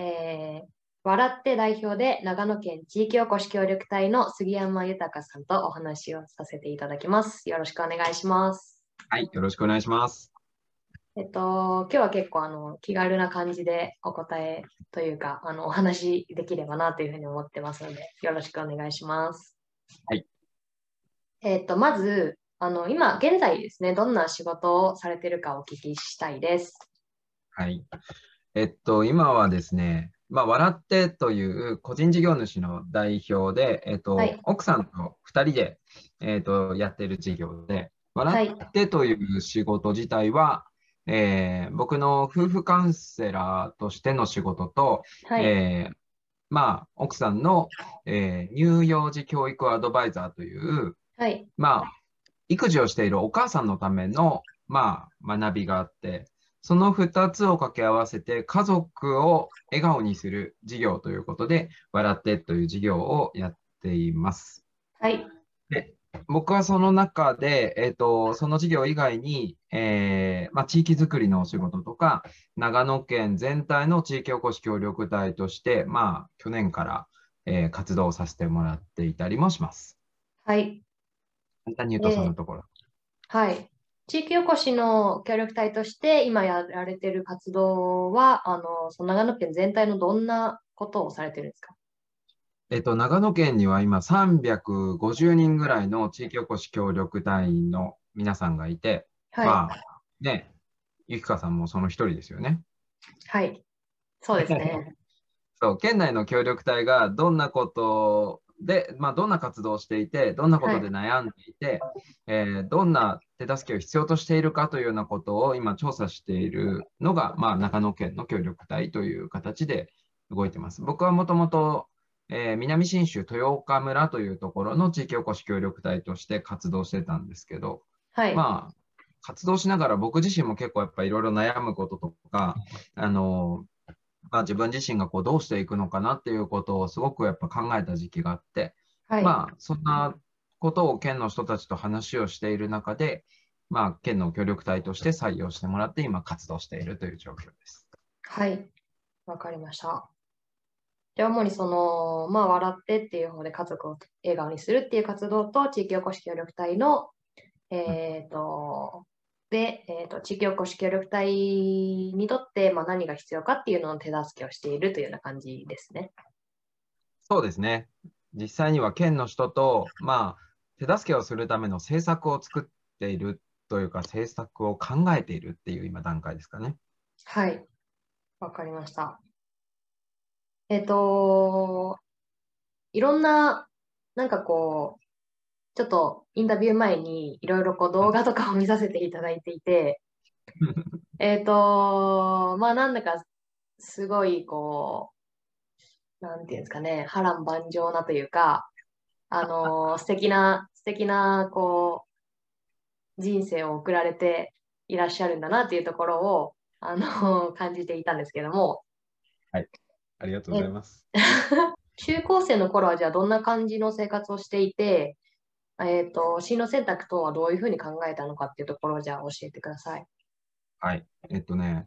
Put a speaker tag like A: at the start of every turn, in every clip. A: えー笑って代表で長野県地域おこし協力隊の杉山豊さんとお話をさせていただきます。よろしくお願いします。
B: はい、よろしくお願いします。
A: えっと、今日は結構あの気軽な感じでお答えというかあのお話できればなというふうに思ってますのでよろしくお願いします。
B: はい。
A: えっと、まずあの今現在ですね、どんな仕事をされてるかお聞きしたいです。
B: はい。えっと、今はですね、まあ、笑ってという個人事業主の代表で、えっと、
A: はい
B: 奥さんと2人で、えっと、やってる事業で、
A: い
B: 笑ってという仕事自体は、えー僕の夫婦カウンセラーとしての仕事と、
A: はい。
B: えーまあ、奥さんの、えー乳幼児教育アドバイザーという、
A: はい。
B: まあ、育児をしているお母さんのための、まあ、学びがあって、その2つを掛け合わせて、家族を笑顔にする事業ということで、笑ってという事業をやっています。
A: はい。
B: 僕はその中で、えっとその事業以外に、えーまあ、地域づくりのお仕事とか、長野県全体の地域おこし協力隊として、まあ、去年から、えー活動させてもらっていたりもします。
A: はい。
B: 簡単に言うとそんなところ。
A: はい。地域おこしの協力隊として今やられてる活動は、あの、その長野県全体のどんなことをされてるんですか
B: えっと、長野県には今350人ぐらいの地域おこし協力隊員の皆さんがいて、
A: はい。
B: まあ、ね、ゆきかさんもその一人ですよね。
A: はい。そうですね。
B: そう、県内の協力隊がどんなことで、まあ、どんな活動をしていて、どんなことで悩んでいて、えーどんな手助けを必要としているかというようなことを今調査しているのが、まあ、長野県の協力隊という形で動いてます。僕はもともと、えー南信州豊岡村というところの地域おこし協力隊として活動してたんですけど、
A: はい。
B: まあ、活動しながら僕自身も結構やっぱいろいろ悩むこととか、あの、まあ、自分自身がこうどうしていくのかなっていうことをすごくやっぱ考えた時期があって、
A: はい。
B: まあそんなことを県の人たちと話をしている中で、まあ、県の協力隊として採用してもらって今活動しているという状況です。
A: はい。わかりました。じゃあ、主にその、まあ、笑ってっていう方で家族を笑顔にするっていう活動と、地域おこし協力隊の、えっ、と、で、えっ、と、地域おこし協力隊にとって、まあ、何が必要かっていうのの手助けをしているというような感じですね。
B: そうですね。実際には県の人と、まあ、手助けをするための政策を作っているというか政策を考えているっていう今段階ですかね。
A: はい。わかりました。えっ、と、いろんな、なんかこう、ちょっとインタビュー前にいろいろこう動画とかを見させていただいていて、えっと、まあなんだかすごいこう、なんていうんですかね、波乱万丈なというか、あの、素敵な、素敵な、こう、人生を送られていらっしゃるんだなっていうところを、あの、 感じていたんですけども、
B: ありがと
A: うござい
B: ます。
A: 中高生の頃はじゃあどんな感じの生活をしていて、えっ、と、進路選択等はどういうふうに考えたのかっていうところをじゃあ教えてください。
B: はい。えっとね、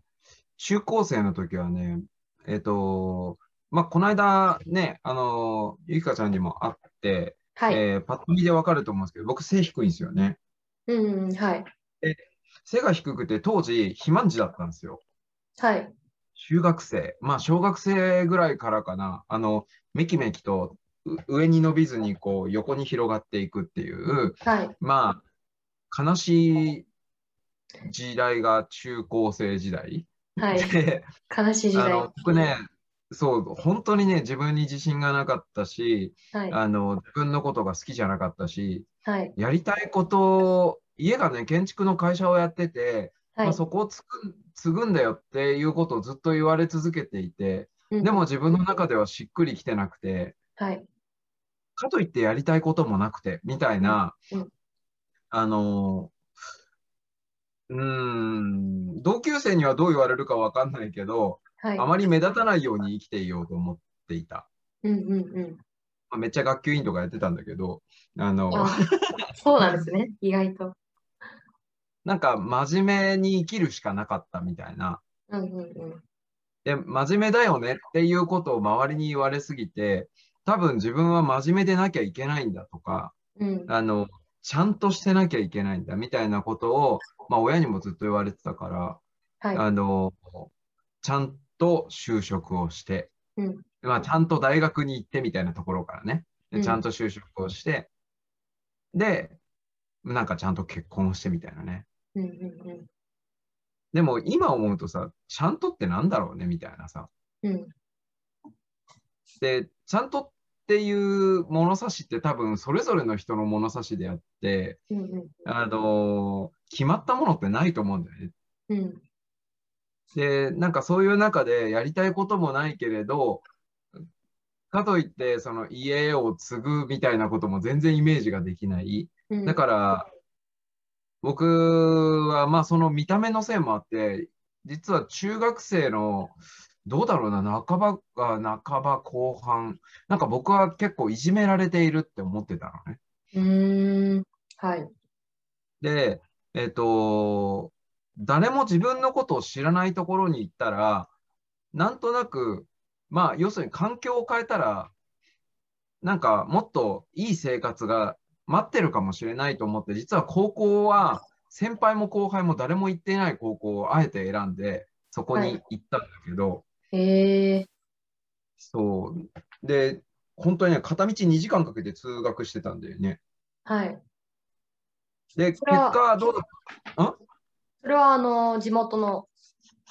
B: 中高生の時はね、えっと、まあ、この間ね、あの、ゆきかちゃんにも会って、
A: はい。
B: えーパッと見でわかると思うんですけど、僕背低いんですよね。
A: うん、はい。
B: 背が低くて、当時、肥満児だったんですよ。
A: はい。
B: 中学生、まあ、小学生ぐらいからかな、あの、めきめきとう上に伸びずに、こう、横に広がっていくっていう、
A: はい。
B: まあ、悲しい時代が中高生時代
A: はい。
B: で、
A: 悲しい時
B: あ
A: 代。
B: の僕ね、そう、本当にね、自分に自信がなかったし、
A: はい。
B: あの自分のことが好きじゃなかったし、
A: はい。
B: やりたいことを、家がね、建築の会社をやってて、
A: は
B: まあ、
A: い。
B: そこをつく継ぐんだよっていうことをずっと言われ続けていて、
A: うん
B: でも、自分の中ではしっくりきてなくて、
A: はい。
B: かといってやりたいこともなくて、みたいな、
A: うんうん
B: あの、うーん、同級生にはどう言われるかわかんないけど、
A: はい。
B: あまり目立たないように生きていようと思っていた。
A: うんうんうん。
B: まあめっちゃ学級委員とかやってたんだけど、 あの、
A: あそうなんですね。意外と。
B: なんか真面目に生きるしかなかったみたいな。
A: うんうんうん。
B: で、真面目だよねっていうことを周りに言われすぎて、多分自分は真面目でなきゃいけないんだとか、
A: うん。
B: あの、ちゃんとしてなきゃいけないんだみたいなことを、まあ親にもずっと言われてたか
A: はい
B: ら、。あの、ちゃんと就職をして、
A: うん。
B: まあちゃんと大学に行ってみたいなところからね、
A: う
B: で
A: ん
B: ちゃんと就職をして、で、なんかちゃんと結婚をしてみたいなね。
A: うん。うん
B: でも今思うとさ、ちゃんとってなんだろうねみたいなさ。
A: うん。うん。
B: で、ちゃんとっていう物差しって多分それぞれの人の物差しであって、
A: うん。うん
B: あの決まったものってないと思うんだよね。
A: うん。
B: で、なんかそういう中でやりたいこともないけれど、かといってその家を継ぐみたいなことも全然イメージができない。
A: うん。
B: だから、僕はまあその見た目のせいもあって、実は中学生の、どうだろうな、半ば、あ半ば後半、なんか僕は結構いじめられているって思ってたのね。
A: うーん。はい。
B: で、えっと、誰も自分のことを知らないところに行ったら、なんとなく、まあ要するに環境を変えたら、なんかもっといい生活が待ってるかもしれないと思って、実は高校は先輩も後輩も誰も行ってない高校をあえて選んで、そこに行ったんだけど、
A: へえ。
B: そう。で、本当にね、片道2時間かけて通学してたんだよね。
A: はい。
B: で、結
A: それは
B: 果どうだ
A: それは、あの、地元の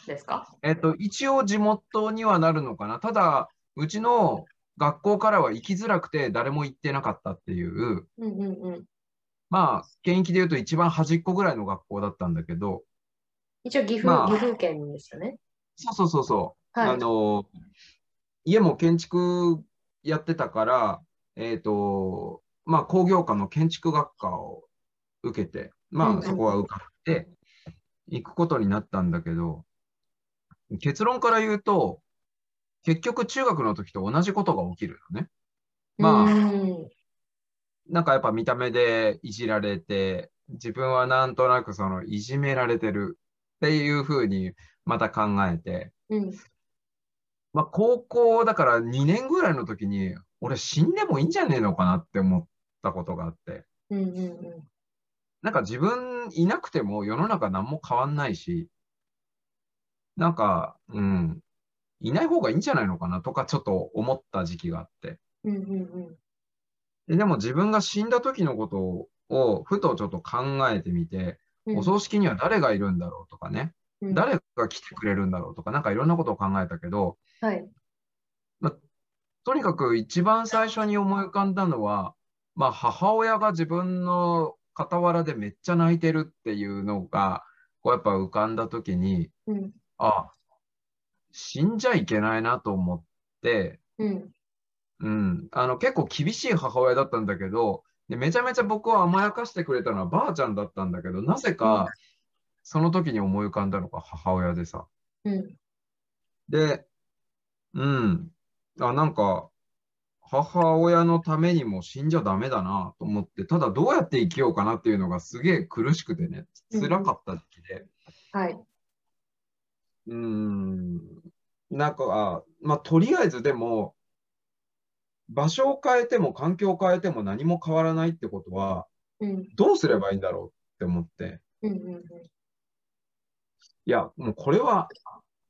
A: ですか
B: えっと、一応地元にはなるのかな。ただ、うちの学校からは行きづらくて誰も行ってなかったっていう、
A: うんうんうん。
B: まあ、現役でいうと一番端っこぐらいの学校だったんだけど、
A: 一応、岐阜、
B: まあ
A: 岐阜県ですよね。
B: そうそうそうそう。
A: は
B: あ
A: い。
B: の家も建築やってたから、えーとまあ、工業科の建築学科を受けて、
A: うん
B: ま
A: うん
B: あ、そこは受かって行くことになったんだけど結論から言うと結局中学の時と同じことが起きるのね。まあ
A: うん。
B: なんかやっぱ見た目でいじられて、自分はなんとなくそのいじめられてるっていうふうにまた考えて、
A: うん。
B: まあ、高校だから2年ぐらいの時に俺死んでもいいんじゃねえのかなって思ったことがあって
A: うんうんうん。
B: なんか自分いなくても世の中何も変わんないしなんかうんいない方がいいんじゃないのかなとかちょっと思った時期があって
A: うんうんうん。
B: ででも自分が死んだ時のことをふとちょっと考えてみて
A: うん
B: お葬式には誰がいるんだろうとかね
A: うん
B: 誰が来てくれるんだろうとかなんかいろんなことを考えたけど
A: はい。
B: とにかく一番最初に思い浮かんだのは、まあ、母親が自分の傍らでめっちゃ泣いてるっていうのがこうやっぱ浮かんだ時に
A: うん。
B: あ死んじゃいけないなと思って、
A: うん。
B: うん、あの結構厳しい母親だったんだけどでめちゃめちゃ僕を甘やかしてくれたのはばあちゃんだったんだけどなぜかその時に思い浮かんだのが母親でさ
A: うん。
B: で、うん。あ、なんか、母親のためにも死んじゃダメだなと思って、ただどうやって生きようかなっていうのがすげえ苦しくてね、辛かった時期で。
A: はい。
B: うん。なんか、まあ、とりあえずでも、場所を変えても環境を変えても何も変わらないってことは、
A: うん。
B: どうすればいいんだろうって思って、
A: うんうんうん。
B: いや、もうこれは、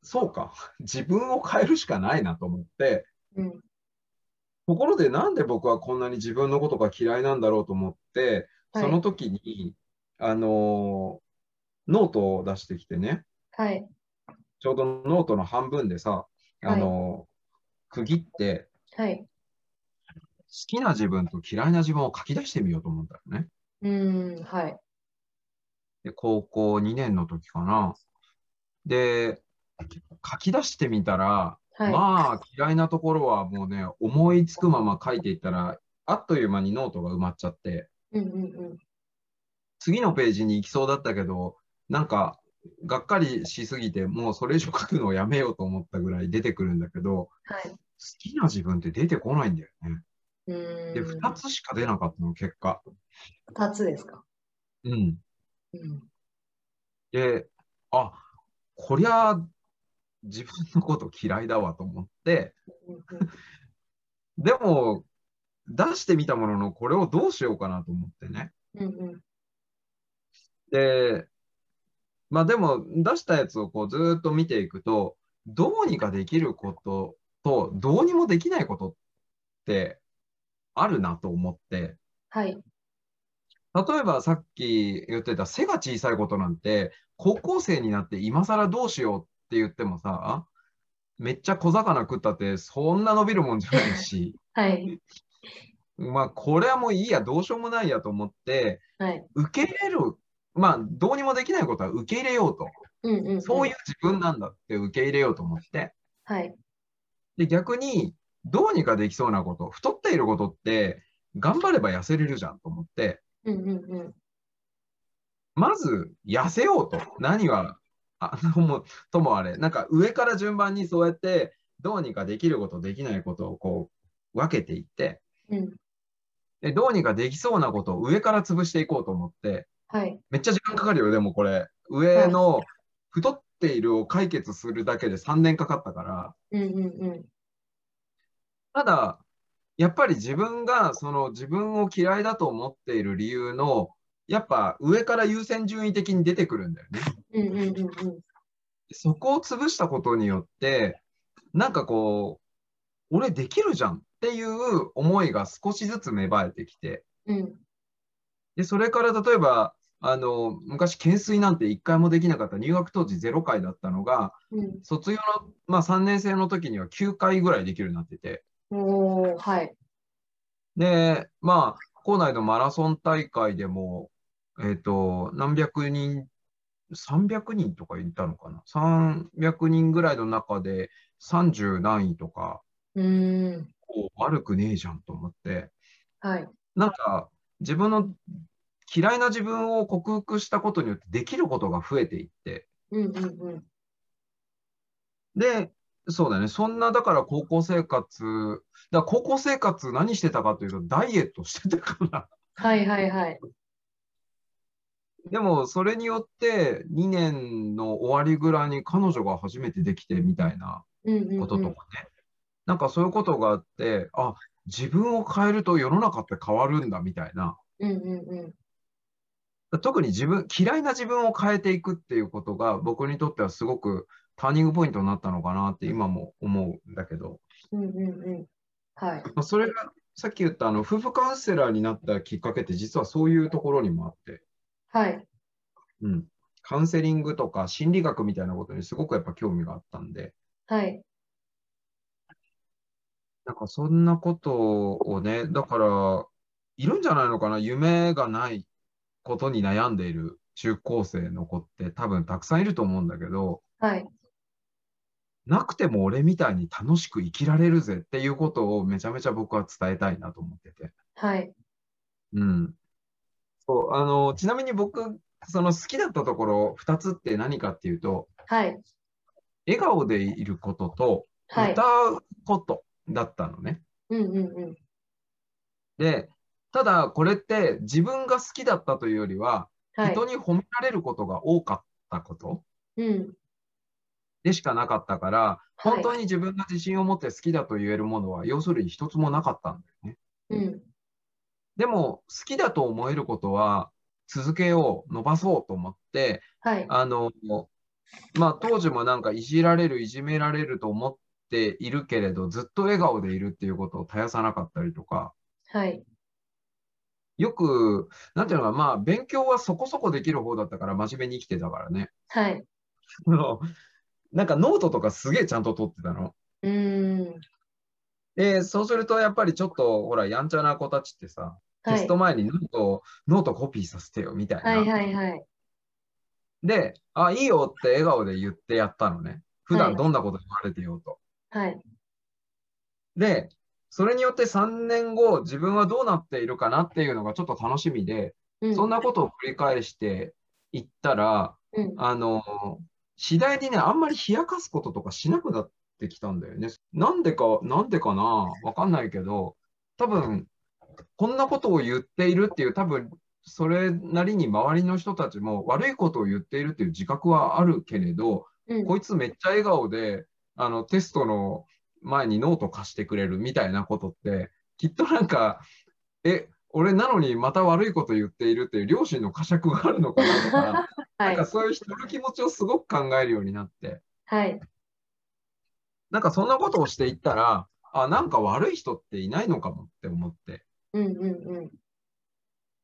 B: そうか、自分を変えるしかないなと思って、
A: うん。
B: ところでなんで僕はこんなに自分のことが嫌いなんだろうと思って、
A: はい
B: その時に、あのーノートを出してきてね、
A: はい。
B: ちょうどノートの半分でさ、あのー区切って、
A: はい。
B: 好きな自分と嫌いな自分を書き出してみようと思ったのね。
A: うん。はい。
B: で、高校2年の時かな。で、書き出してみたら、
A: はい。
B: まあ嫌いなところはもうね、思いつくまま書いていったら、あっという間にノートが埋まっちゃって、
A: うんうん
B: 次のページに行きそうだったけど、なんか、がっかりしすぎて、もうそれ以上書くのをやめようと思ったぐらい出てくるんだけど、
A: はい
B: 好きな自分って出てこないんだよね。
A: うん。うん。
B: で、2つしか出なかったの、結果。
A: 二つですか。
B: うん。
A: うん。
B: で、あ、こりゃ、自分のこと嫌いだわと思って、
A: うんうん
B: でも、出してみたものの、これをどうしようかなと思ってね。
A: うんうん
B: で、まあでも、出したやつをこうずーっと見ていくと、どうにかできることと、どうにもできないことってあるなと思って、
A: はい。
B: 例えばさっき言ってた背が小さいことなんて、高校生になって今更どうしようって言ってもさ、めっちゃ小魚食ったって、そんな伸びるもんじゃないし、
A: はい。
B: まあこれはもういいや、どうしようもないやと思って、
A: はい。
B: 受け入れる、まあどうにもできないことは受け入れようと。
A: うんうんん。
B: そういう自分なんだって受け入れようと思って。
A: はい。
B: で、逆に、どうにかできそうなこと、太っていることって、頑張れば痩せれるじゃんと思って、
A: うんうんうん。
B: まず痩せようと。何は、あのもともあれ、なんか上から順番にそうやって、どうにかできること、できないことをこう分けていって、
A: うん。
B: でどうにかできそうなことを上から潰していこうと思って、
A: はい。
B: めっちゃ時間かかるよ、でもこれ。上の太っているを解決するだけで3年かかったから。
A: うんうんうん。
B: ただ、やっぱり自分がその自分を嫌いだと思っている理由の、やっぱ上から優先順位的に出てくるんだよね。
A: うんうんうんうん。
B: そこを潰したことによって、なんかこう、俺できるじゃんっていう思いが少しずつ芽生えてきて、
A: うん。
B: でそれから例えば、あの昔、懸垂なんて1回もできなかった、入学当時0回だったのが、
A: うん。
B: 卒業の、まあ、3年生の時には9回ぐらいできるようになってて、
A: おー、はい。
B: で、まあ、校内のマラソン大会でも、えっと、何百人、300人とかいたのかな ?300 人ぐらいの中で30何位とか、
A: うーん。
B: こう悪くねえじゃんと思って、
A: はい。
B: なんか、自分の嫌いな自分を克服したことによってできることが増えていって、
A: うんうんうん。
B: で、そうだね、そんな、だから高校生活、だから高校生活何してたかというと、ダイエットしてたから。
A: はいはいはい。
B: でも、それによって、2年の終わりぐらいに彼女が初めてできてみたいな
A: うんうんうん。
B: こととかね、なんかそういうことがあって、あ自分を変えると世の中って変わるんだみたいな、
A: うんうんうん。
B: 特に自分、嫌いな自分を変えていくっていうことが、僕にとってはすごくターニングポイントになったのかなって今も思うんだけど、
A: うんうんうん。はい。
B: まあそれがさっき言ったあの夫婦カウンセラーになったきっかけって、実はそういうところにもあって。
A: はい。
B: うんカウンセリングとか心理学みたいなことにすごくやっぱ興味があったんで、
A: はい。
B: なんかそんなことをね、だから、いるんじゃないのかな、夢がないことに悩んでいる中高生の子って、多分たくさんいると思うんだけど、
A: はい。
B: なくても俺みたいに楽しく生きられるぜっていうことをめちゃめちゃ僕は伝えたいなと思ってて。
A: はい。
B: うん。そう、あの、ちなみに僕、その好きだったところ2つって何かっていうと、
A: はい。
B: 笑顔でいることと
A: はい。
B: 歌うことだったのね。
A: うんうんうん。
B: で、ただこれって自分が好きだったというよりは、
A: はい
B: 人。に褒められることが多かったこと
A: うん。
B: でしかなかったから、
A: はい
B: 本当に自分が自信を持って好きだと言えるものは、要するに一つもなかったんだよね。
A: うん。
B: でも、好きだと思えることは、続けよう、伸ばそうと思って、
A: はい。
B: あの、まあ、当時もなんかいじられる、いじめられると思っているけれど、ずっと笑顔でいるっていうことを絶やさなかったりとか、
A: はい。
B: よく、なんていうのか、まあ、勉強はそこそこできる方だったから、真面目に生きてたからね。
A: はい。
B: あのなんかノートとかすげえちゃんと取ってたの。
A: うーん。
B: で、そうするとやっぱりちょっと、ほら、やんちゃな子たちってさ、
A: は
B: テス
A: い
B: ト。前にノート、ノートコピーさせてよみたいな。
A: はいはいはい。
B: で、あ、いいよって笑顔で言ってやったのね。普
A: はい
B: 段どんなこと言われてようと。
A: はい。
B: で、それによって3年後、自分はどうなっているかなっていうのがちょっと楽しみで、
A: うん。
B: そんなことを繰り返していったら、
A: うん。
B: あの、次第にね、あんまり冷やかすこととかしなくなってきたんだよね。なんでか、なんでかな、わかんないけど、多分、こんなことを言っているっていう、多分、それなりに周りの人たちも悪いことを言っているっていう自覚はあるけれど、
A: うん
B: こいつめっちゃ笑顔で、あの、テストの前にノート貸してくれるみたいなことって、きっとなんか、え、俺なのにまた悪いこと言っているっていう両親の呵責があるのかなとか、
A: は
B: なん
A: い
B: か。そういう人の気持ちをすごく考えるようになって、
A: はい。
B: なんかそんなことをしていったら、あ、なんか悪い人っていないのかもって思って。
A: うんうんうん。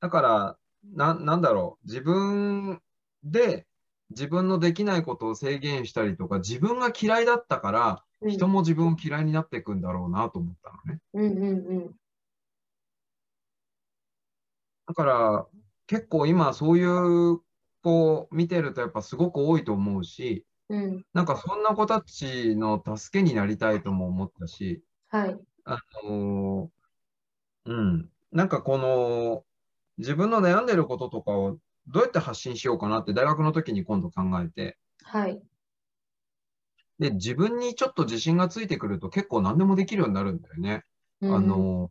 B: だから、ななんだろう、自分で自分のできないことを制限したりとか、自分が嫌いだったから、
A: うん
B: 人も自分を嫌いになっていくんだろうなと思ったのね。
A: うんうんうん。
B: だから、結構今、そういう子を見てると、やっぱすごく多いと思うし、
A: うん。
B: なんかそんな子たちの助けになりたいとも思ったし、
A: はい。
B: あのーうん、なんかこの自分の悩んでることとかをどうやって発信しようかなって大学の時に今度考えて、
A: はい。
B: で、自分にちょっと自信がついてくると結構何でもできるようになるんだよね。
A: あ
B: あ、のー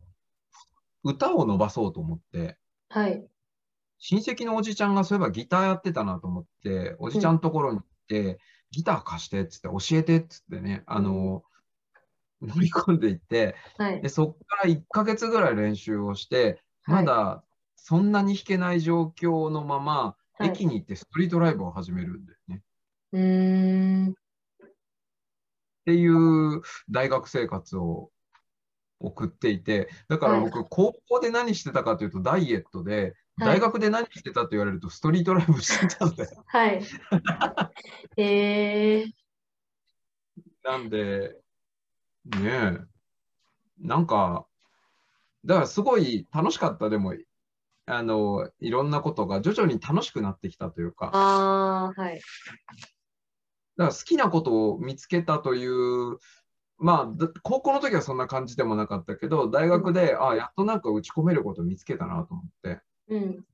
B: 歌を伸ばそうと思って、
A: はい。
B: 親戚のおじちゃんがそういえばギターやってたなと思って、おじちゃんのところに行って、ギター貸してっつって教えてっつってね、あのー乗り込んでいって、
A: はい。
B: で、そこから1ヶ月ぐらい練習をして、まだそんなに弾けない状況のまま、
A: はい、
B: 駅に行ってストリートライブを始めるんだよね。
A: うーん。
B: っていう大学生活を送っていて、だから僕、高校で何してたかというとダイエットで、
A: はい
B: 大学で何してたと言われるとストリートライブしてたん だよ。
A: はい。えー、
B: なんで、ねえ、なんか、だからすごい楽しかった、でも、あの、いろんなことが徐々に楽しくなってきたというか、
A: あー、はい。
B: だから好きなことを見つけたという、まあ、だ高校の時はそんな感じでもなかったけど、大学で、あやっとなんか打ち込めることを見つけたなと思って。
A: うん。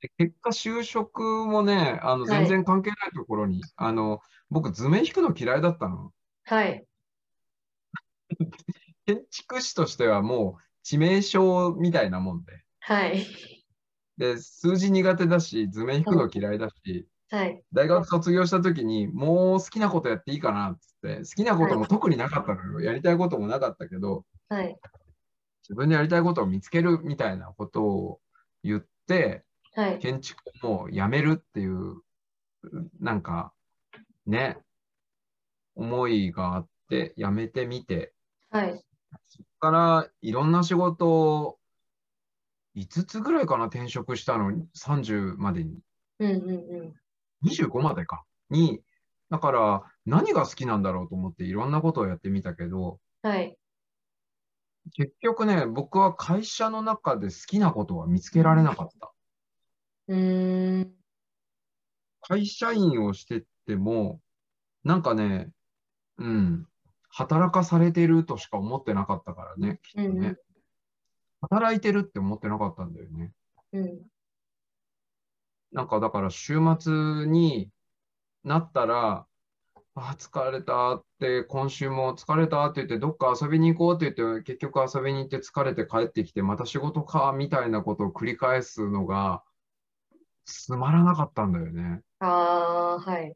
B: で結果、就職もね、あの
A: はい
B: 全然関係ないところに、あの僕、図面引くの嫌いだったの。
A: はい。
B: 建築士としてはもう致命傷みたいなもんで。
A: はい。
B: で、数字苦手だし、図面引くの嫌いだし、
A: はい。
B: 大学卒業した時にもう好きなことやっていいかなっつって、好きなことも特になかったのよ。やりたいこともなかったけど、
A: はい。
B: 自分でやりたいことを見つけるみたいなことを言って、
A: はい。
B: 建築をもうやめるっていう、なんか、ね、思いがあって、やめてみて、
A: はい。
B: そこからいろんな仕事を、5つぐらいかな、転職したのに、30までに、
A: うんうんうん。
B: 25までか、に、だから、何が好きなんだろうと思って、いろんなことをやってみたけど、
A: はい。
B: 結局ね、僕は会社の中で好きなことは見つけられなかった。
A: うーん。
B: 会社員をしてっても、なんかね、うん、働かされてるとしか思ってなかったからね、きっと
A: うんう
B: ね
A: ん。
B: 働いてるって思ってなかったんだよね。
A: うん。
B: なんかだから週末になったら、あー、疲れたって、今週も疲れたって言って、どっか遊びに行こうって言って、結局遊びに行って疲れて帰ってきて、また仕事か、みたいなことを繰り返すのが、つまらなかったんだよね。
A: あー、はい。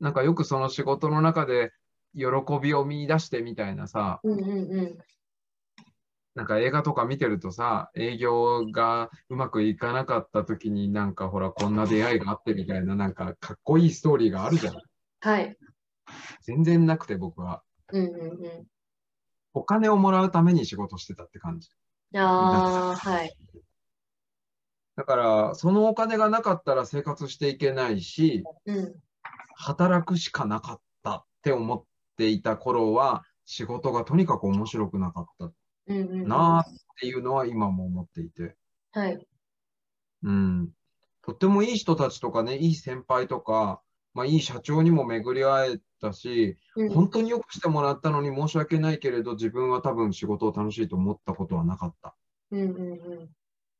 B: なんかよくその仕事の中で喜びを見出してみたいなさ、
A: うんうんうん。
B: なんか映画とか見てるとさ、営業がうまくいかなかった時になんかほらこんな出会いがあってみたいななんかかっこいいストーリーがあるじゃん。
A: はい。
B: 全然なくて僕は。
A: うんうんう
B: お金をもらうために仕事してたって感じ。
A: ん。あー、はい。
B: だからそのお金がなかったら生活していけないし、
A: うん。
B: 働くしかなかったって思っていた頃は仕事がとにかく面白くなかった
A: うんうんうん。
B: なーっていうのは今も思っていて。
A: はい。
B: うん、とってもいい人たちとかね、いい先輩とか、まあ、いい社長にも巡り会えたし、
A: うん。
B: 本当によくしてもらったのに申し訳ないけれど、自分は多分仕事を楽しいと思ったことはなかった。
A: うんうんうん。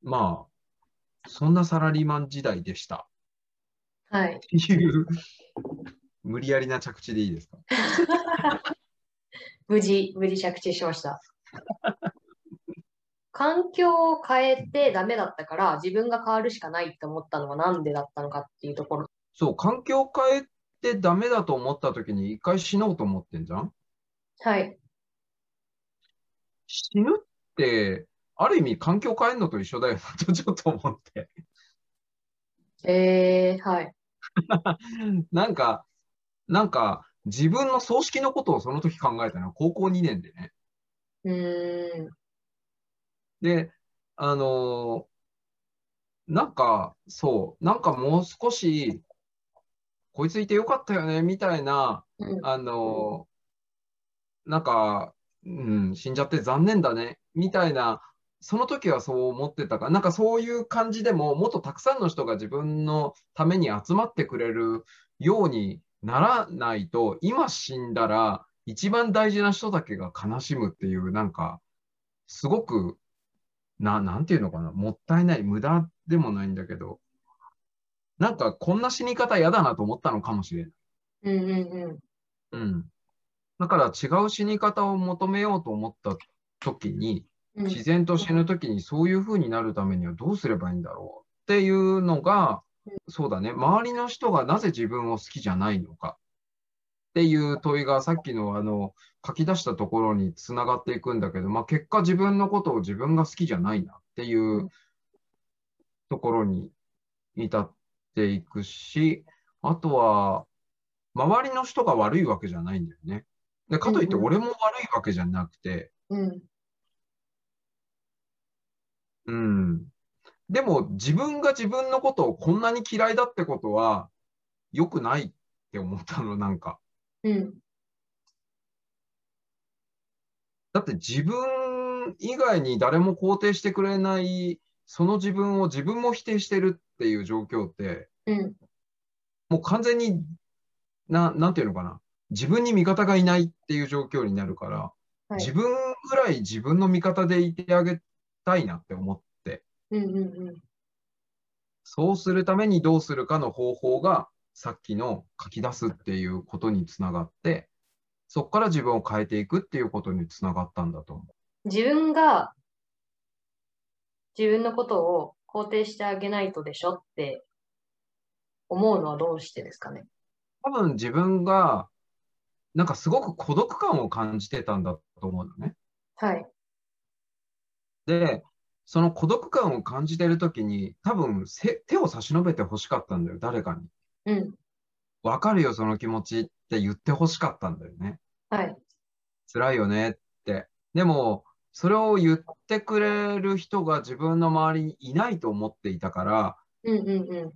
B: まあ、そんなサラリーマン時代でした。
A: はい。
B: っていう、無理やりな着地でいいですか。
A: 無事、無事着地しました。 環境を変えてダメだったから自分が変わるしかないって思ったのはなんでだったのかっていうところ。
B: そう、環境を変えてダメだと思った時に一回死のうと思ってんじゃん
A: はい。
B: 死ぬって、ある意味環境変えるのと一緒だよな とちょっと思って。
A: えー、はい。
B: なんか、なんか、自分の葬式のことをその時考えたのは高校2年でね。
A: うーん。
B: で、あのーなんか、そう、なんかもう少し、こいついてよかったよね、みたいな、
A: うん
B: あのーなんか、うん、死んじゃって残念だね、みたいな、その時はそう思ってたから、なんかそういう感じでも、もっとたくさんの人が自分のために集まってくれるようにならないと、今死んだら、一番大事な人だけが悲しむっていう、なんか、すごく、ななんていうのかな、もったいない、無駄でもないんだけど、なんかこんな死に方嫌だなと思ったのかもしれない。
A: うんうんうん。
B: うん。だから違う死に方を求めようと思った時に、
A: うん
B: 自然と死ぬ時にそういう風になるためにはどうすればいいんだろうっていうのが、そうだね、周りの人がなぜ自分を好きじゃないのかっていう問いがさっきのあの書き出したところにつながっていくんだけど、まあ、結果自分のことを自分が好きじゃないなっていうところに至っていくし、あとは、周りの人が悪いわけじゃないんだよね。でかといって
A: うんうん
B: 俺も悪いわけじゃなくて、
A: うん。
B: うん。でも自分が自分のことをこんなに嫌いだってことは良くないって思ったの、なんか。
A: うん。
B: だって自分以外に誰も肯定してくれない、その自分を自分も否定してるっていう状況って、
A: うん。
B: もう完全に、な、なんていうのかな。自分に味方がいないっていう状況になるから、
A: はい
B: 自分ぐらい自分の味方でいてあげたいなって思って。
A: うんうんうん。
B: そうするためにどうするかの方法が、さっきの書き出すっていうことにつながって、そこから自分を変えていくっていうことにつながったんだと思
A: 自分が自分のことを肯定してあげないとでしょって思うのはどうしてですかね。
B: う。多分自分が、なんかすごく孤独感を感じてたんだと思うのね。
A: はい。
B: で、その孤独感を感じてるときに、多分せ手を差し伸べてほしかったんだよ、誰かに。
A: うん。
B: わかるよ、その気持ちって言ってほしかったんだよね。
A: はい。
B: 辛いよねって。でも、それを言ってくれる人が自分の周りにいないと思っていたから、
A: うんうんうん。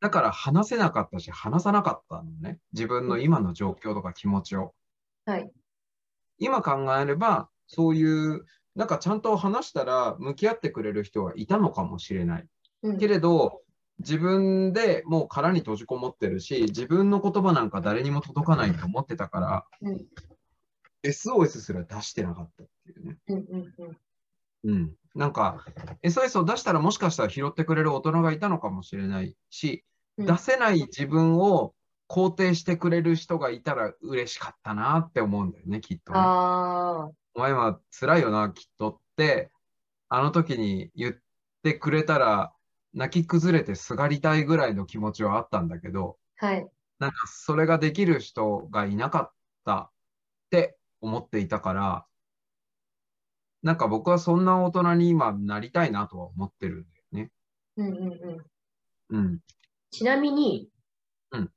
B: だから話せなかったし、話さなかったのね。自分の今の状況とか気持ちを。
A: はい。
B: 今考えれば、そういう、なんかちゃんと話したら向き合ってくれる人はいたのかもしれない。
A: うん
B: けれど、自分でもう殻に閉じこもってるし、自分の言葉なんか誰にも届かないと思ってたから、
A: うん
B: SOS すら出してなかったっていうね。
A: うんうんうん。
B: うん、なんか SOS を出したらもしかしたら拾ってくれる大人がいたのかもしれないし、
A: うん
B: 出せない自分を肯定してくれる人がいたら嬉しかったなって思うんだよねきっとね、
A: ああ。
B: お前は辛いよなきっとってあの時に言ってくれたら泣き崩れてすがりたいぐらいの気持ちはあったんだけど
A: はい。
B: なんかそれができる人がいなかったって思っていたから、なんか僕はそんな大人に今なりたいなとは思ってるんだよね。
A: うんうんうん。
B: うん。
A: ちなみに、
B: うん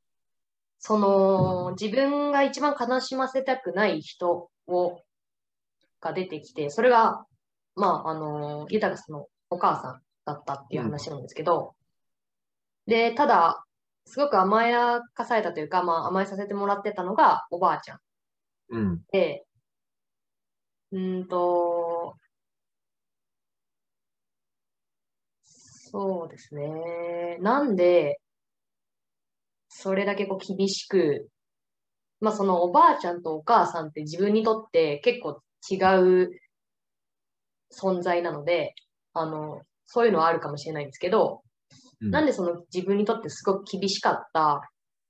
A: その、自分が一番悲しませたくない人を、が出てきて、それが、まあ、あの、豊さんのお母さんだったっていう話なんですけど、で、ただ、すごく甘やかされたというか、まあ、甘えさせてもらってたのがおばあちゃん
B: うん。
A: で、うーんと、そうですね。なんで、それだけこう厳しく、まあそのおばあちゃんとお母さんって自分にとって結構違う存在なので、あの、そういうのはあるかもしれないんですけど、
B: うん
A: なんでその自分にとってすごく厳しかった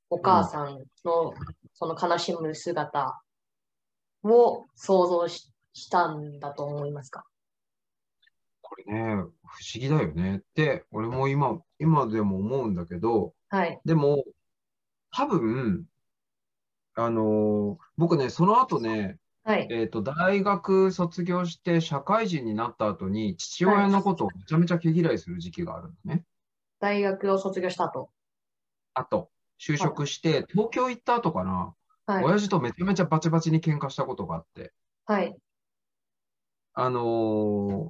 A: お母さんのその悲しむ姿を想像ししたんだと思いますか
B: これね、不思議だよねって、俺も今、今でも思うんだけど、
A: はい。
B: でも、多分、あのー僕ね、その後ね、
A: はい。
B: えっ、と、大学卒業して社会人になった後に、父親のことをめちゃめちゃ毛嫌いする時期があるのね。
A: 大学を卒業した後。
B: あと、就職して、東京行った後かな、
A: はい。
B: 親父とめちゃめちゃバチバチに喧嘩したことがあって、
A: はい。
B: あのー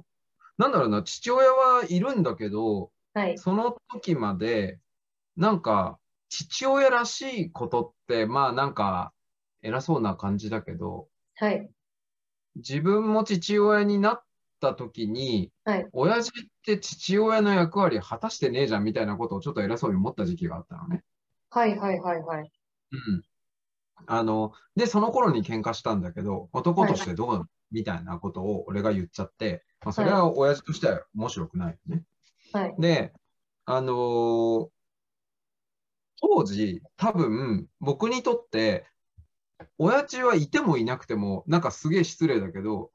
B: なんだろうな、父親はいるんだけど、
A: はい。
B: その時まで、なんか、父親らしいことって、まあなんか、偉そうな感じだけど、
A: はい。
B: 自分も父親になった時に、
A: はい
B: 親父って父親の役割果たしてねえじゃんみたいなことをちょっと偉そうに思った時期があったのね。
A: はい。はい。はい。はい。
B: うん。あの、で、その頃に喧嘩したんだけど、男としてどうなのみたいなことを俺が言っちゃって、まあ、それは親父としては面白くないよね。
A: はい。
B: で、あのー当時、多分、僕にとって、親父はいてもいなくても、なんかすげえ失礼だけど、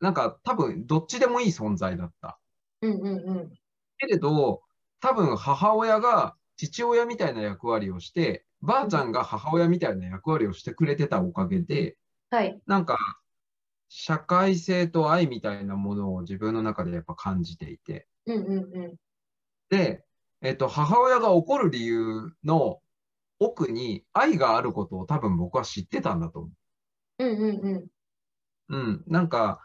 B: なんか多分、どっちでもいい存在だった。
A: うん。うん。うん。
B: けれど、多分、母親が父親みたいな役割をして、ばあちゃんが母親みたいな役割をしてくれてたおかげで、
A: はい。
B: なんか、社会性と愛みたいなものを自分の中でやっぱ感じていて、
A: うん。うん。うん。
B: で、えっと、母親が怒る理由の奥に愛があることを多分僕は知ってたんだと思
A: うん。うん。うん。
B: う。うん。なんか、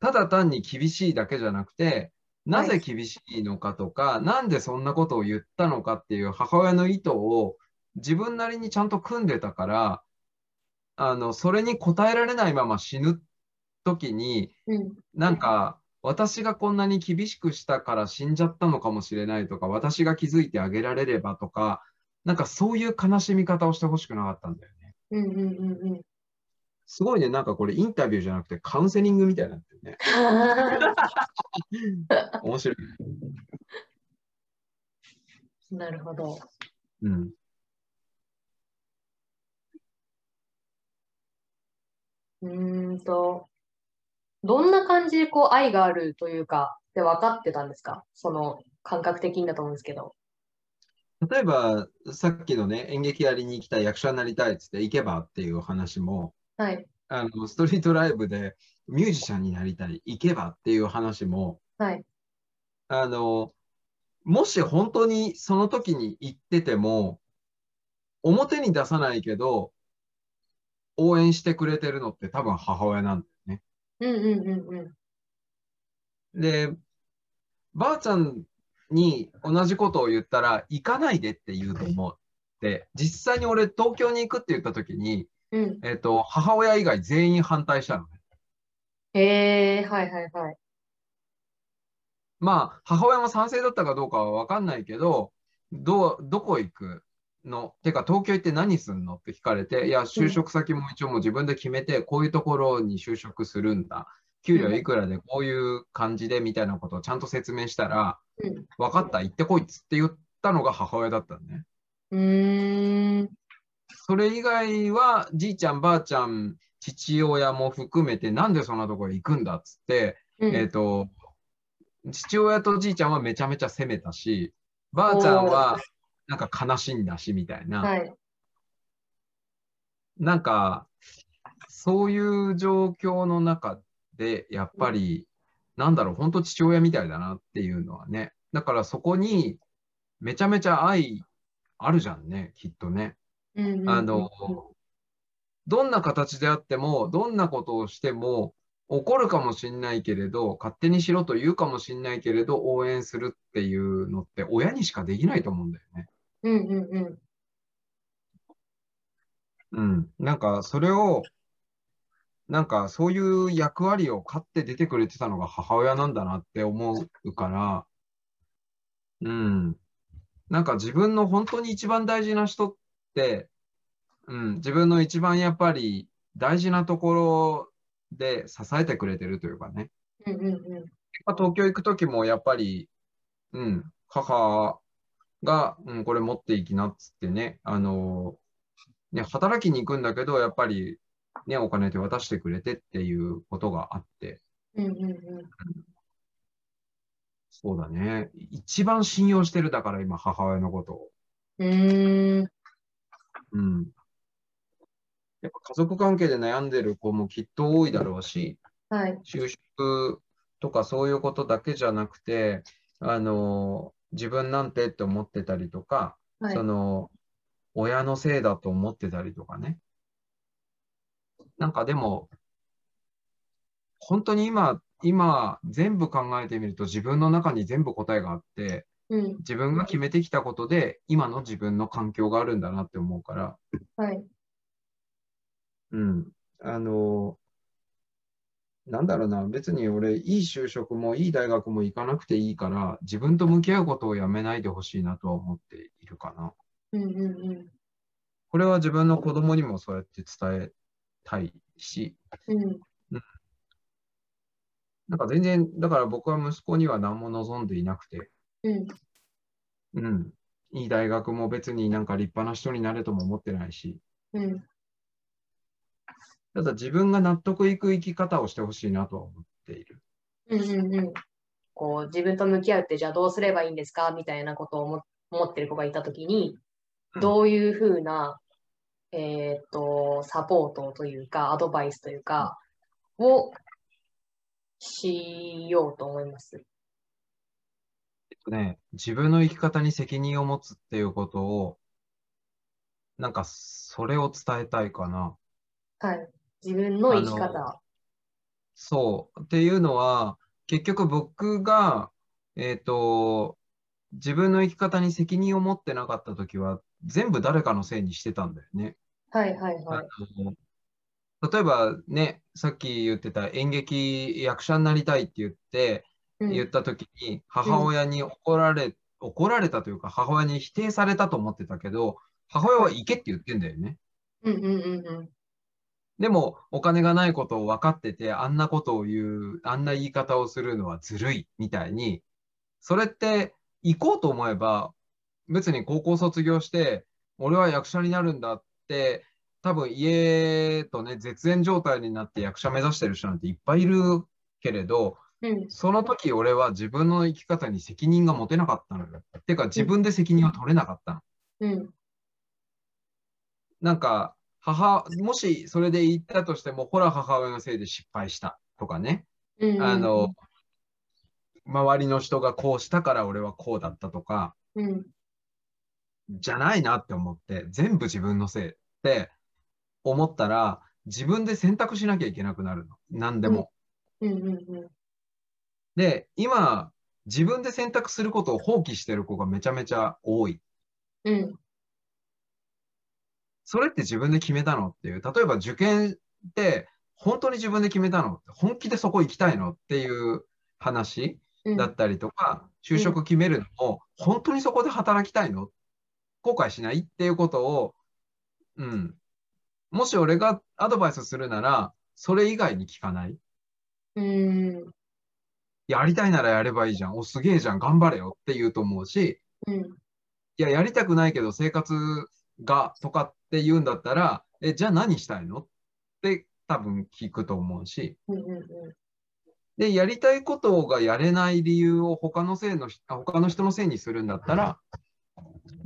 B: ただ単に厳しいだけじゃなくて、なぜ厳しいのかとか、なんでそんなことを言ったのかっていう母親の意図を自分なりにちゃんと組んでたから、あの、それに応えられないまま死ぬ時に、
A: うん。
B: なんか、私がこんなに厳しくしたから死んじゃったのかもしれないとか、私が気づいてあげられればとか、なんかそういう悲しみ方をしてほしくなかったんだよね。
A: うん。うん。うん。 うん。
B: すごいね、なんかこれインタビューじゃなくてカウンセリングみたいになってるね。面白い。
A: なるほど。
B: うん。
A: うーんと、どんな感じでこう愛があるというか、で分かってたんですかその感覚的にだと思うんですけど。
B: 例えば、さっきのね、演劇やりに行きたい、役者になりたいっつって行けばっていう話も、
A: はい、
B: あの、ストリートライブでミュージシャンになりたい、行けばっていう話も、
A: はい、
B: あの、もし本当にその時に行ってても、表に出さないけど、応援してくれてるのって多分母親なんだよね。
A: うんうんうんうん。
B: で、ばあちゃんに同じことを言ったら、行かないでって言うと思う。で、実際に俺東京に行くって言った時に、
A: うん、
B: えっと、母親以外全員反対したのね。
A: へえ、はいはいはい。
B: まあ、母親も賛成だったかどうかは分かんないけど、どう、どこ行くのてか、東京行って何すんのって聞かれて、いや、就職先も一応もう自分で決めて、こういうところに就職するんだ。給料いくらで、こういう感じでみたいなことをちゃんと説明したら、
A: うん
B: 分かった、行ってこいっつって言ったのが母親だったのね。
A: うーん、
B: それ以外は、じいちゃん、ばあちゃん、父親も含めて、なんでそんなところ行くんだっつって、
A: うん、
B: えっ、と、父親とじいちゃんはめちゃめちゃ責めたし、ばあちゃんはなんか悲しんだしみたいな、
A: はい、
B: なんか、そういう状況の中で、やっぱり、なんだろう、本当父親みたいだなっていうのはね。だからそこに、めちゃめちゃ愛あるじゃんね、きっとね。
A: うんうんうん
B: あの、どんな形であっても、どんなことをしても、怒るかもしんないけれど、勝手にしろと言うかもしんないけれど、応援するっていうのって、親にしかできないと思うんだよね。
A: うんうんうん。
B: うん。なんか、それを、なんか、そういう役割を買って出てくれてたのが母親なんだなって思うから、うん。なんか自分の本当に一番大事な人って、うん、自分の一番やっぱり大事なところで支えてくれてるというかね。
A: うんうんうん。
B: まあ、東京行くときもやっぱり、うん、母が、うん、これ持っていきなっつってね、あのね、働きに行くんだけど、やっぱり、ね、お金で渡してくれてっていうことがあって、
A: うんうんうん。
B: そうだね、一番信用してるだから、今、母親のことを。
A: うーん。
B: うん。やっぱ家族関係で悩んでる子もきっと多いだろうし、
A: はい。
B: 就職とかそういうことだけじゃなくて、あの、自分なんてって思ってたりとか、
A: はい
B: そ。の、親のせいだと思ってたりとかね。なんかでも、本当に今、今、全部考えてみると自分の中に全部答えがあって、
A: うん。
B: 自分が決めてきたことで、今の自分の環境があるんだなって思うから、
A: はい。
B: うん。あの、なんだろうな、別に俺、いい就職もいい大学も行かなくていいから、自分と向き合うことをやめないでほしいなとは思っているかな。
A: うんうん
B: これは自分の子供にもそうやって伝えたいし、
A: うん。うん。
B: なんか全然、だから僕は息子には何も望んでいなくて、
A: うん。
B: うん。いい大学も別になんか立派な人になれとも思ってないし、
A: うん。
B: ただ自分が納得いく生き方をしてほしいなとは思っている。
A: うんうんうん。こう、自分と向き合うって、じゃあどうすればいいんですかみたいなことを思思ってる子がいたときに
B: う、ん
A: どういうふうな、えーっと、サポートというか、アドバイスというか、をしようと思います。
B: ね、自分の生き方に責任を持つっていうことを、なんかそれを伝えたいかな。
A: はい。自分の生き方。
B: そう。っていうのは、結局僕が、えっと、自分の生き方に責任を持ってなかった時は、全部誰かのせいにしてたんだよね。
A: はいはいはい。
B: あの例えばね、さっき言ってた演劇役者になりたいって言って、
A: うん
B: 言った時に母親に怒られ、怒られたというか母親に否定されたと思ってたけど母親は行けって言ってんだよね
A: うんうんうんうん。
B: でもお金がないことを分かっててあんなことを言うあんな言い方をするのはずるいみたいにそれって行こうと思えば別に高校卒業して俺は役者になるんだって多分家とね絶縁状態になって役者目指してる人なんていっぱいいるけれど、
A: うん
B: その時俺は自分の生き方に責任が持てなかったのよ。てか自分で責任を取れなかったの。
A: うん
B: なんか母、もしそれで言ったとしても、ほら母親のせいで失敗したとかね。
A: うんうん。
B: あの、周りの人がこうしたから俺はこうだったとか、
A: うん
B: じゃないなって思って、全部自分のせいって思ったら、自分で選択しなきゃいけなくなるの。何でも。
A: うんうんうん。
B: で、今、自分で選択することを放棄してる子がめちゃめちゃ多い。
A: うん
B: それって自分で決めたのっていう、例えば受験って本当に自分で決めたの本気でそこ行きたいのっていう話
A: うん。
B: だったりとか、就職決めるのも本当にそこで働きたいの後悔しないっていうことを、うん。もし俺がアドバイスするなら、それ以外に聞かない。
A: うん
B: やりたいならやればいいじゃん。お、すげえじゃん。頑張れよって言うと思うし、
A: うん
B: いや、やりたくないけど生活がとかって言うんだったら、え、じゃあ何したいのって多分聞くと思うし、
A: うんうん
B: で、やりたいことがやれない理由を他のせいのひ、あ他の人のせいにするんだったら、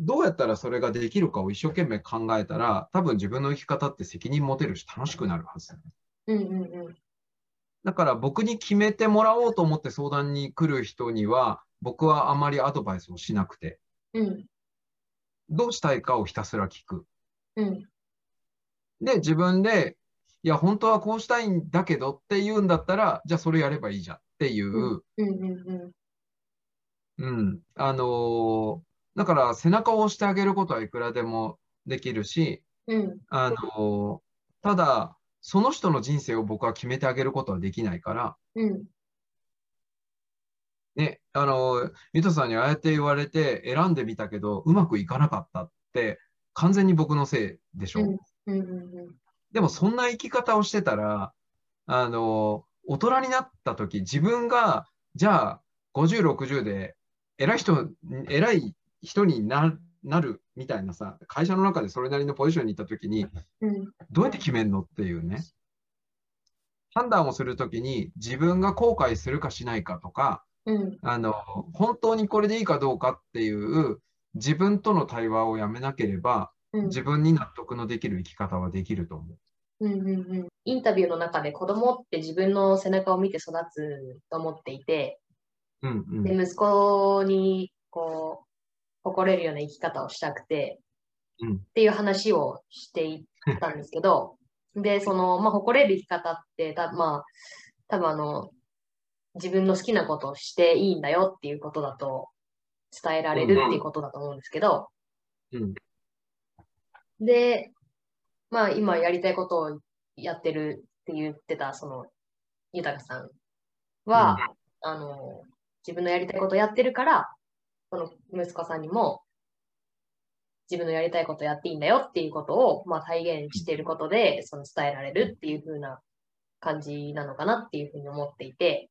B: どうやったらそれができるかを一生懸命考えたら、多分自分の生き方って責任持てるし楽しくなるはず。
A: うんうんうん
B: だから僕に決めてもらおうと思って相談に来る人には、僕はあまりアドバイスをしなくて、
A: うん
B: どうしたいかをひたすら聞く。
A: うん
B: で、自分で、いや、本当はこうしたいんだけどって言うんだったら、じゃあそれやればいいじゃんっていう、
A: うんうん
B: うん、あのーだから背中を押してあげることはいくらでもできるし、
A: うん
B: あのーただ、その人の人生を僕は決めてあげることはできないから、
A: うん
B: ね、あのー、ミトさんにああやって言われて選んでみたけど、うまくいかなかったって、完全に僕のせいでしょ。
A: うんうん
B: でもそんな生き方をしてたら、あの、大人になった時、自分が、じゃあ、50、60で、偉い人、偉い人にななるみたいなさ、会社の中でそれなりのポジションに行った時に、
A: うん
B: どうやって決めるのっていうね。判断をするときに、自分が後悔するかしないかとか、
A: うん
B: あの、本当にこれでいいかどうかっていう、自分との対話をやめなければ、
A: うん
B: 自分に納得のできる生き方はできると思う。
A: うんうんうん、インタビューの中で子供って自分の背中を見て育つと思っていて、
B: うんう
A: で
B: ん
A: 息子にこう誇れるような生き方をしたくて、
B: うん
A: っていう話をしていったんですけ ど、で、その、まあ、誇れる生き方って、たまあ、多分あの、自分の好きなことをしていいんだよっていうことだと伝えられるっていうことだと思うんですけど、
B: うん
A: で、まあ、今やりたいことをやってるって言ってた、その、豊さんは、あの、自分のやりたいことやってるから、その息子さんにも、自分のやりたいことやっていいんだよっていうことを、まあ、体現していることで、その伝えられるっていう風な感じなのかなっていう風に思っていて、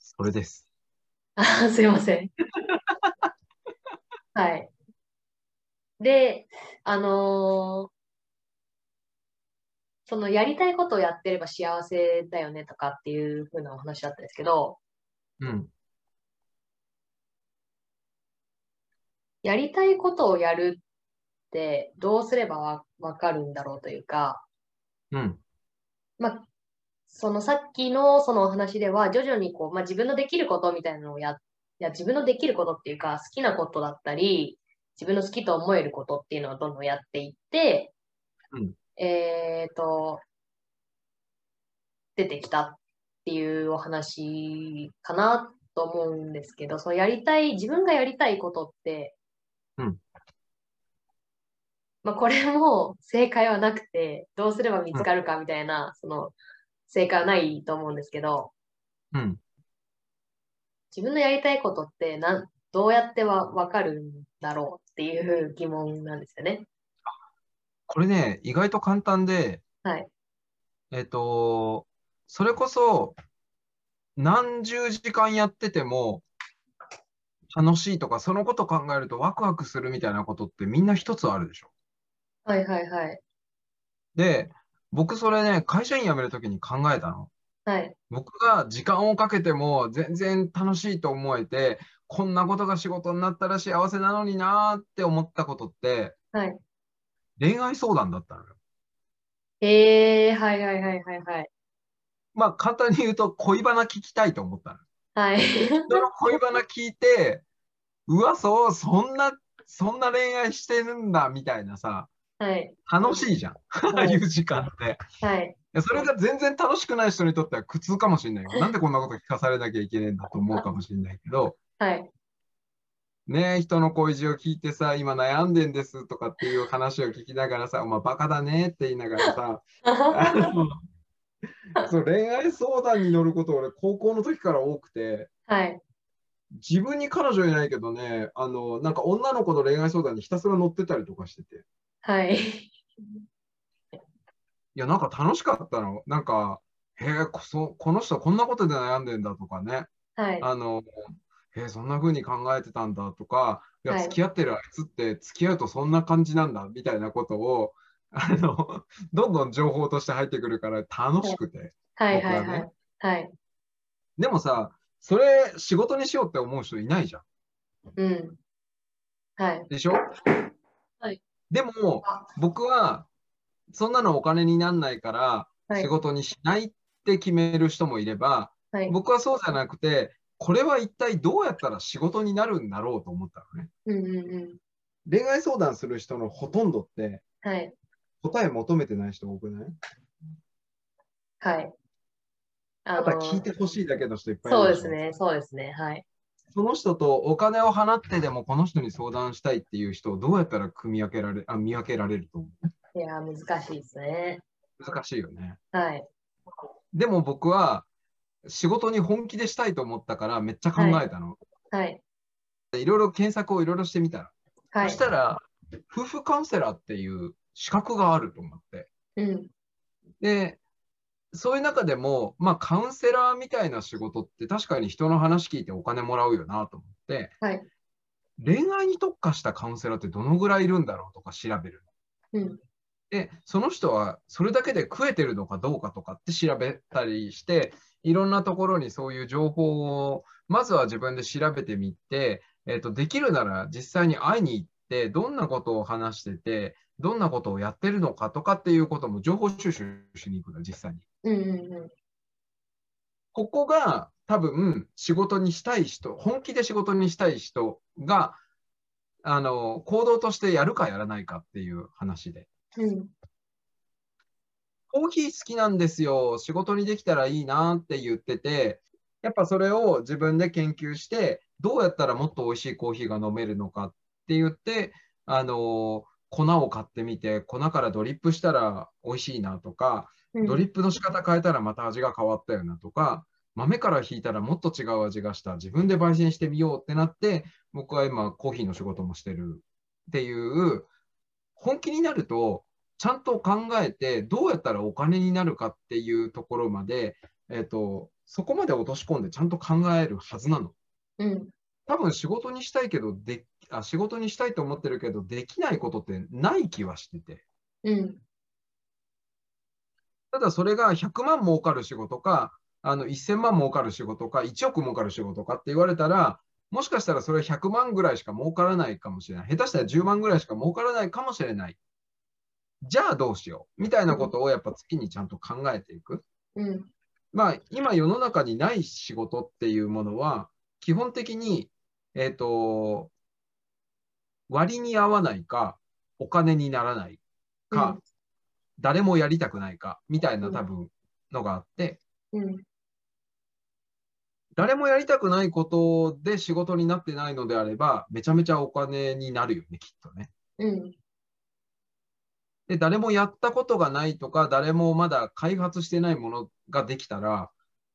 B: それです。
A: あーすいません。はい。で、あのーそのやりたいことをやってれば幸せだよねとかっていう風なお話だったんですけど、
B: うん。
A: やりたいことをやるってどうすればわわかるんだろうというか、
B: うん。
A: まあ、そのさっきのそのお話では徐々にこう、まあ、自分のできることみたいなのをや、いや自分のできることっていうか好きなことだったり、自分の好きと思えることっていうのをどんどんやっていって、
B: うん
A: えっ、と、出てきたっていうお話かなと思うんですけど、そのやりたい、自分がやりたいことって、
B: うん
A: まあこれも正解はなくて、どうすれば見つかるかみたいな、その正解はないと思うんですけど、
B: うん。
A: 自分のやりたいことってなんどうやってはわかるんだろうっていう疑問なんですよね。
B: これね、意外と簡単で、
A: はい。
B: えっと、それこそ、何十時間やってても、楽しいとか、そのこと考えるとワクワクするみたいなことってみんな一つあるでしょ。
A: はいはいはい。
B: で、僕それね、会社員辞めるときに考えたの。
A: はい。
B: 僕が時間をかけても全然楽しいと思えて、こんなことが仕事になったら幸せなのになーって思ったことって、
A: はい。
B: 恋愛相談だったのよ。
A: えー、はいはいはいはいはい。
B: まあ簡単に言うと恋バナ聞きたいと思った の。
A: はい。
B: 人の恋バナ聞いて、うわ、そう、そんな、そんな恋愛してるんだみたいなさ、
A: はい。
B: 楽しいじゃん。ああ
A: はいい。
B: う時間って。
A: はい。
B: いやそれが全然楽しくない人にとっては苦痛かもしれないよ。なんでこんなこと聞かされなきゃいけないんだと思うかもしれないけど、
A: はい。
B: ねえ、人の恋路を聞いてさ、今悩んでんですとかっていう話を聞きながらさ、お前バカだねって言いながらさ、あのそう恋愛相談に乗ること俺高校の時から多くて、
A: はい。
B: 自分に彼女いないけどね、あの、なんか女の子の恋愛相談にひたすら乗ってたりとかしてて、い
A: はい。
B: や、なんか楽しかったの。なんか、へえ、こそこの人こんなことで悩んでんだとかね、
A: はい。
B: あの、へえ、そんな風に考えてたんだとか、いや、
A: はい
B: 付き合ってるあいつって付き合うとそんな感じなんだみたいなことを、あの、どんどん情報として入ってくるから楽しくて。
A: はいはい
B: 僕は
A: は
B: ね
A: い。はい。
B: でもさ、それ仕事にしようって思う人いないじゃん。
A: うん。はい。
B: でしょ
A: はい
B: でも
A: あ、
B: 僕は、そんなのお金になんないから、
A: はい
B: 仕事にしないって決める人もいれば、
A: はい。
B: 僕はそうじゃなくて、これは一体どうやったら仕事になるんだろうと思ったのね。
A: うんうんうん。
B: 恋愛相談する人のほとんどって、
A: はい。
B: 答え求めてない人多くない
A: はい。あ
B: た
A: の
B: だ聞いてほしいだけの人いっぱいい
A: そう
B: る
A: で
B: でし
A: す
B: ょ
A: ね。そうですね。はい。
B: その人とお金を払ってでもこの人に相談したいっていう人をどうやったら組み分けられあ見分けられると思
A: いやー、難しいですね。
B: う難しいよね。
A: はい。
B: でも僕は仕事に本気でしたいと思ったからめっちゃ考えたの。
A: はい。
B: でいろいろ検索をいろいろしてみたら。
A: は
B: そ
A: い
B: し。たら、夫婦カウンセラーっていう資格があると思って。
A: うん。
B: で、そういう中でも、まあ、カウンセラーみたいな仕事って確かに人の話聞いてお金もらうよなと思って、
A: はい
B: 恋愛に特化したカウンセラーってどのぐらいいるんだろうとか調べる。
A: うん。
B: で、その人はそれだけで食えてるのかどうかとかって調べたりして、いろんなところにそういう情報を、まずは自分で調べてみて、えっと、できるなら実際に会いに行って、どんなことを話してて、どんなことをやってるのかとかっていうことも情報収集しに行くの、実際に。
A: うんうんうん。
B: ここが多分仕事にしたい人、本気で仕事にしたい人が、あの、行動としてやるかやらないかっていう話で。
A: うん
B: コーヒー好きなんですよ、仕事にできたらいいなって言ってて、やっぱそれを自分で研究して、どうやったらもっと美味しいコーヒーが飲めるのかって言って、あの、粉を買ってみて、粉からドリップしたら美味しいなとか、
A: うん。
B: ドリップの仕方変えたらまた味が変わったよなとか、豆から引いたらもっと違う味がした、自分で焙煎してみようってなって、僕は今コーヒーの仕事もしてるっていう、本気になると、ちゃんと考えて、どうやったらお金になるかっていうところまで、えっと、そこまで落とし込んでちゃんと考えるはずなの。
A: うん。
B: 多分仕事にしたいけどであ、仕事にしたいと思ってるけど、できないことってない気はしてて。
A: うん。
B: ただそれが100万儲かる仕事か、あの1000万儲かる仕事か、1億儲かる仕事かって言われたら、もしかしたらそれは100万ぐらいしか儲からないかもしれない。下手したら10万ぐらいしか儲からないかもしれない。じゃあどうしようみたいなことをやっぱ月にちゃんと考えていく。
A: うん。
B: まあ、今世の中にない仕事っていうものは、基本的に、えっ、と、割に合わないか、お金にならないか、誰もやりたくないか、みたいな多分のがあって、
A: うん。
B: 誰もやりたくないことで仕事になってないのであれば、めちゃめちゃお金になるよね、きっとね。
A: うん。
B: で、誰もやったことがないとか、誰もまだ開発してないものができたら、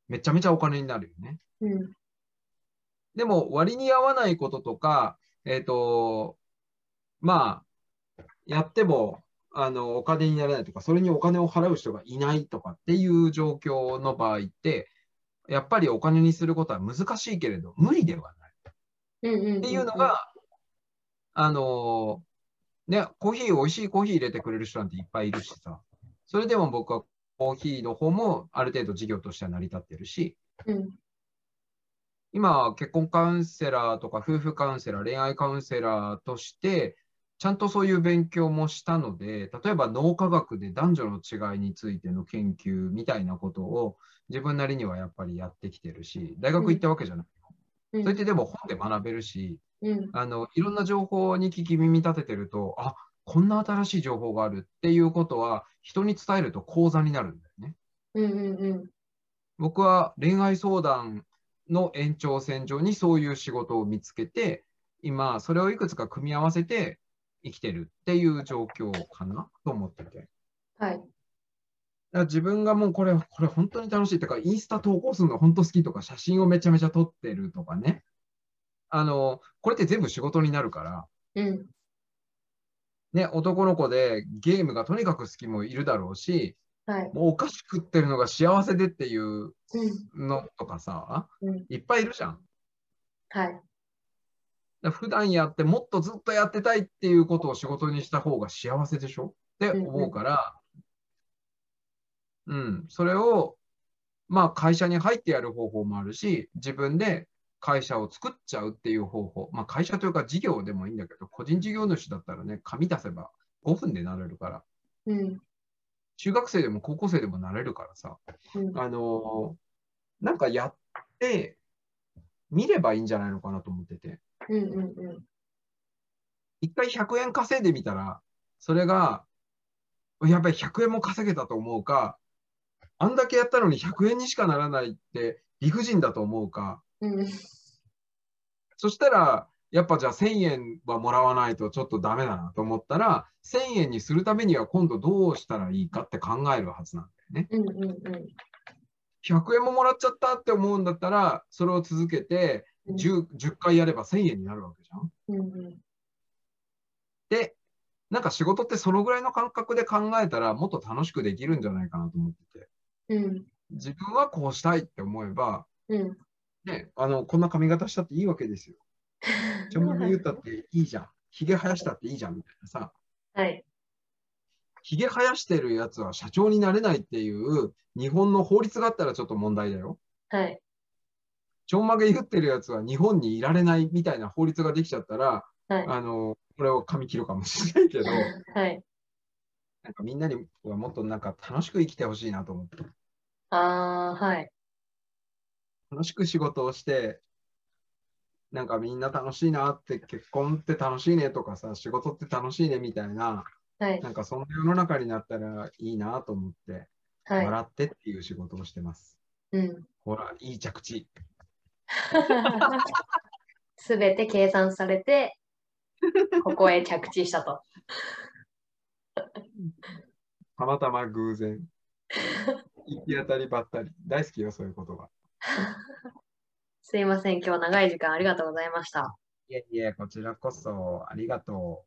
B: めちゃめちゃお金になるよね。
A: うん。
B: でも割に合わないこととか、えっ、と、まあ、やっても、あの、お金にならないとか、それにお金を払う人がいないとかっていう状況の場合って、やっぱりお金にすることは難しいけれど、無理ではない。
A: うん。
B: っていうの、が、あの、ね、コーヒー、美味しいコーヒー入れてくれる人なんていっぱいいるしさ、それでも僕はコーヒーの方もある程度事業としては成り立ってるし、
A: うん。
B: 今、結婚カウンセラーとか夫婦カウンセラー、恋愛カウンセラーとして、ちゃんとそういう勉強もしたので、例えば脳科学で男女の違いについての研究みたいなことを自分なりにはやっぱりやってきてるし、大学行ったわけじゃない。
A: うん
B: そうやってでも本で学べるし、
A: うん。
B: あの、いろんな情報に聞き耳立ててると、あ、こんな新しい情報があるっていうことは人に伝えると講座になるんだよね。
A: うん。うん。
B: 僕は恋愛相談の延長線上にそういう仕事を見つけて、今、それをいくつか組み合わせて生きてるっていう状況かなと思ってて。だか
A: はい。
B: ら自分がもうこれ、これ本当に楽しいとか、インスタ投稿するの本当好きとか、写真をめちゃめちゃ撮ってるとかね。あの、これって全部仕事になるから、
A: うん。
B: ね、男の子でゲームがとにかく好きもいるだろうし、
A: はい。
B: もうお菓子食ってるのが幸せでっていう
A: うん。
B: のとかさ、
A: うん
B: いっぱいいるじゃん。
A: はい。
B: だから普段やってもっとずっとやってたいっていうことを仕事にした方が幸せでしょって思うから、うん、それを、まあ会社に入ってやる方法もあるし、自分で会社を作っちゃうっていう方法、まあ会社というか事業でもいいんだけど、個人事業主だったらね、紙出せば5分でなれるから、
A: うん。
B: 中学生でも高校生でもなれるからさ、
A: うん。
B: あのーなんかやって、見ればいいんじゃないのかなと思ってて。
A: うん。うん。
B: 一回100円稼いでみたら、それが、やっぱり100円も稼げたと思うか、あんだけやったのに100円にしかならないって理不尽だと思うか、
A: うん。
B: そしたら、やっぱじゃあ1000円はもらわないとちょっとダメだなと思ったら、1000円にするためには今度どうしたらいいかって考えるはずなんだよね。
A: うん。うん。
B: 100円ももらっちゃったって思うんだったら、それを続けて 10, 10回やれば1000円になるわけじゃん。
A: うん。
B: で、なんか仕事ってそのぐらいの感覚で考えたらもっと楽しくできるんじゃないかなと思ってて、
A: うん。
B: 自分はこうしたいって思えば、
A: うん。
B: ね、あの、こんな髪型したっていいわけですよ。ちょんまげ言ったっていいじゃん。ひげ生やしたっていいじゃんみたいなさ、
A: はい。
B: ひげ生やしてるやつは社長になれないっていう日本の法律があったらちょっと問題だよ。
A: はい。
B: ちょんまげ言ってるやつは日本にいられないみたいな法律ができちゃったら、
A: はい
B: あのこれを髪切るかもしれないけど、な
A: はい。
B: んかみんなにはもっとなんか楽しく生きてほしいなと思って、
A: ああ、はい。
B: 楽しく仕事をして、なんかみんな楽しいなって、結婚って楽しいねとかさ、仕事って楽しいねみたいな、
A: はい。
B: なんかそんな世の中になったらいいなと思って、
A: は
B: 笑ってっていう仕事をしてます。
A: い。うん。
B: ほら、いい着地。
A: すべて計算されて、ここへ着地したと。
B: たまたま偶然。行き当たりばったり。大好きよ、そういう言葉。
A: すいません。今日長い時間ありがとうございました。
B: いえいえ、こちらこそありがとう。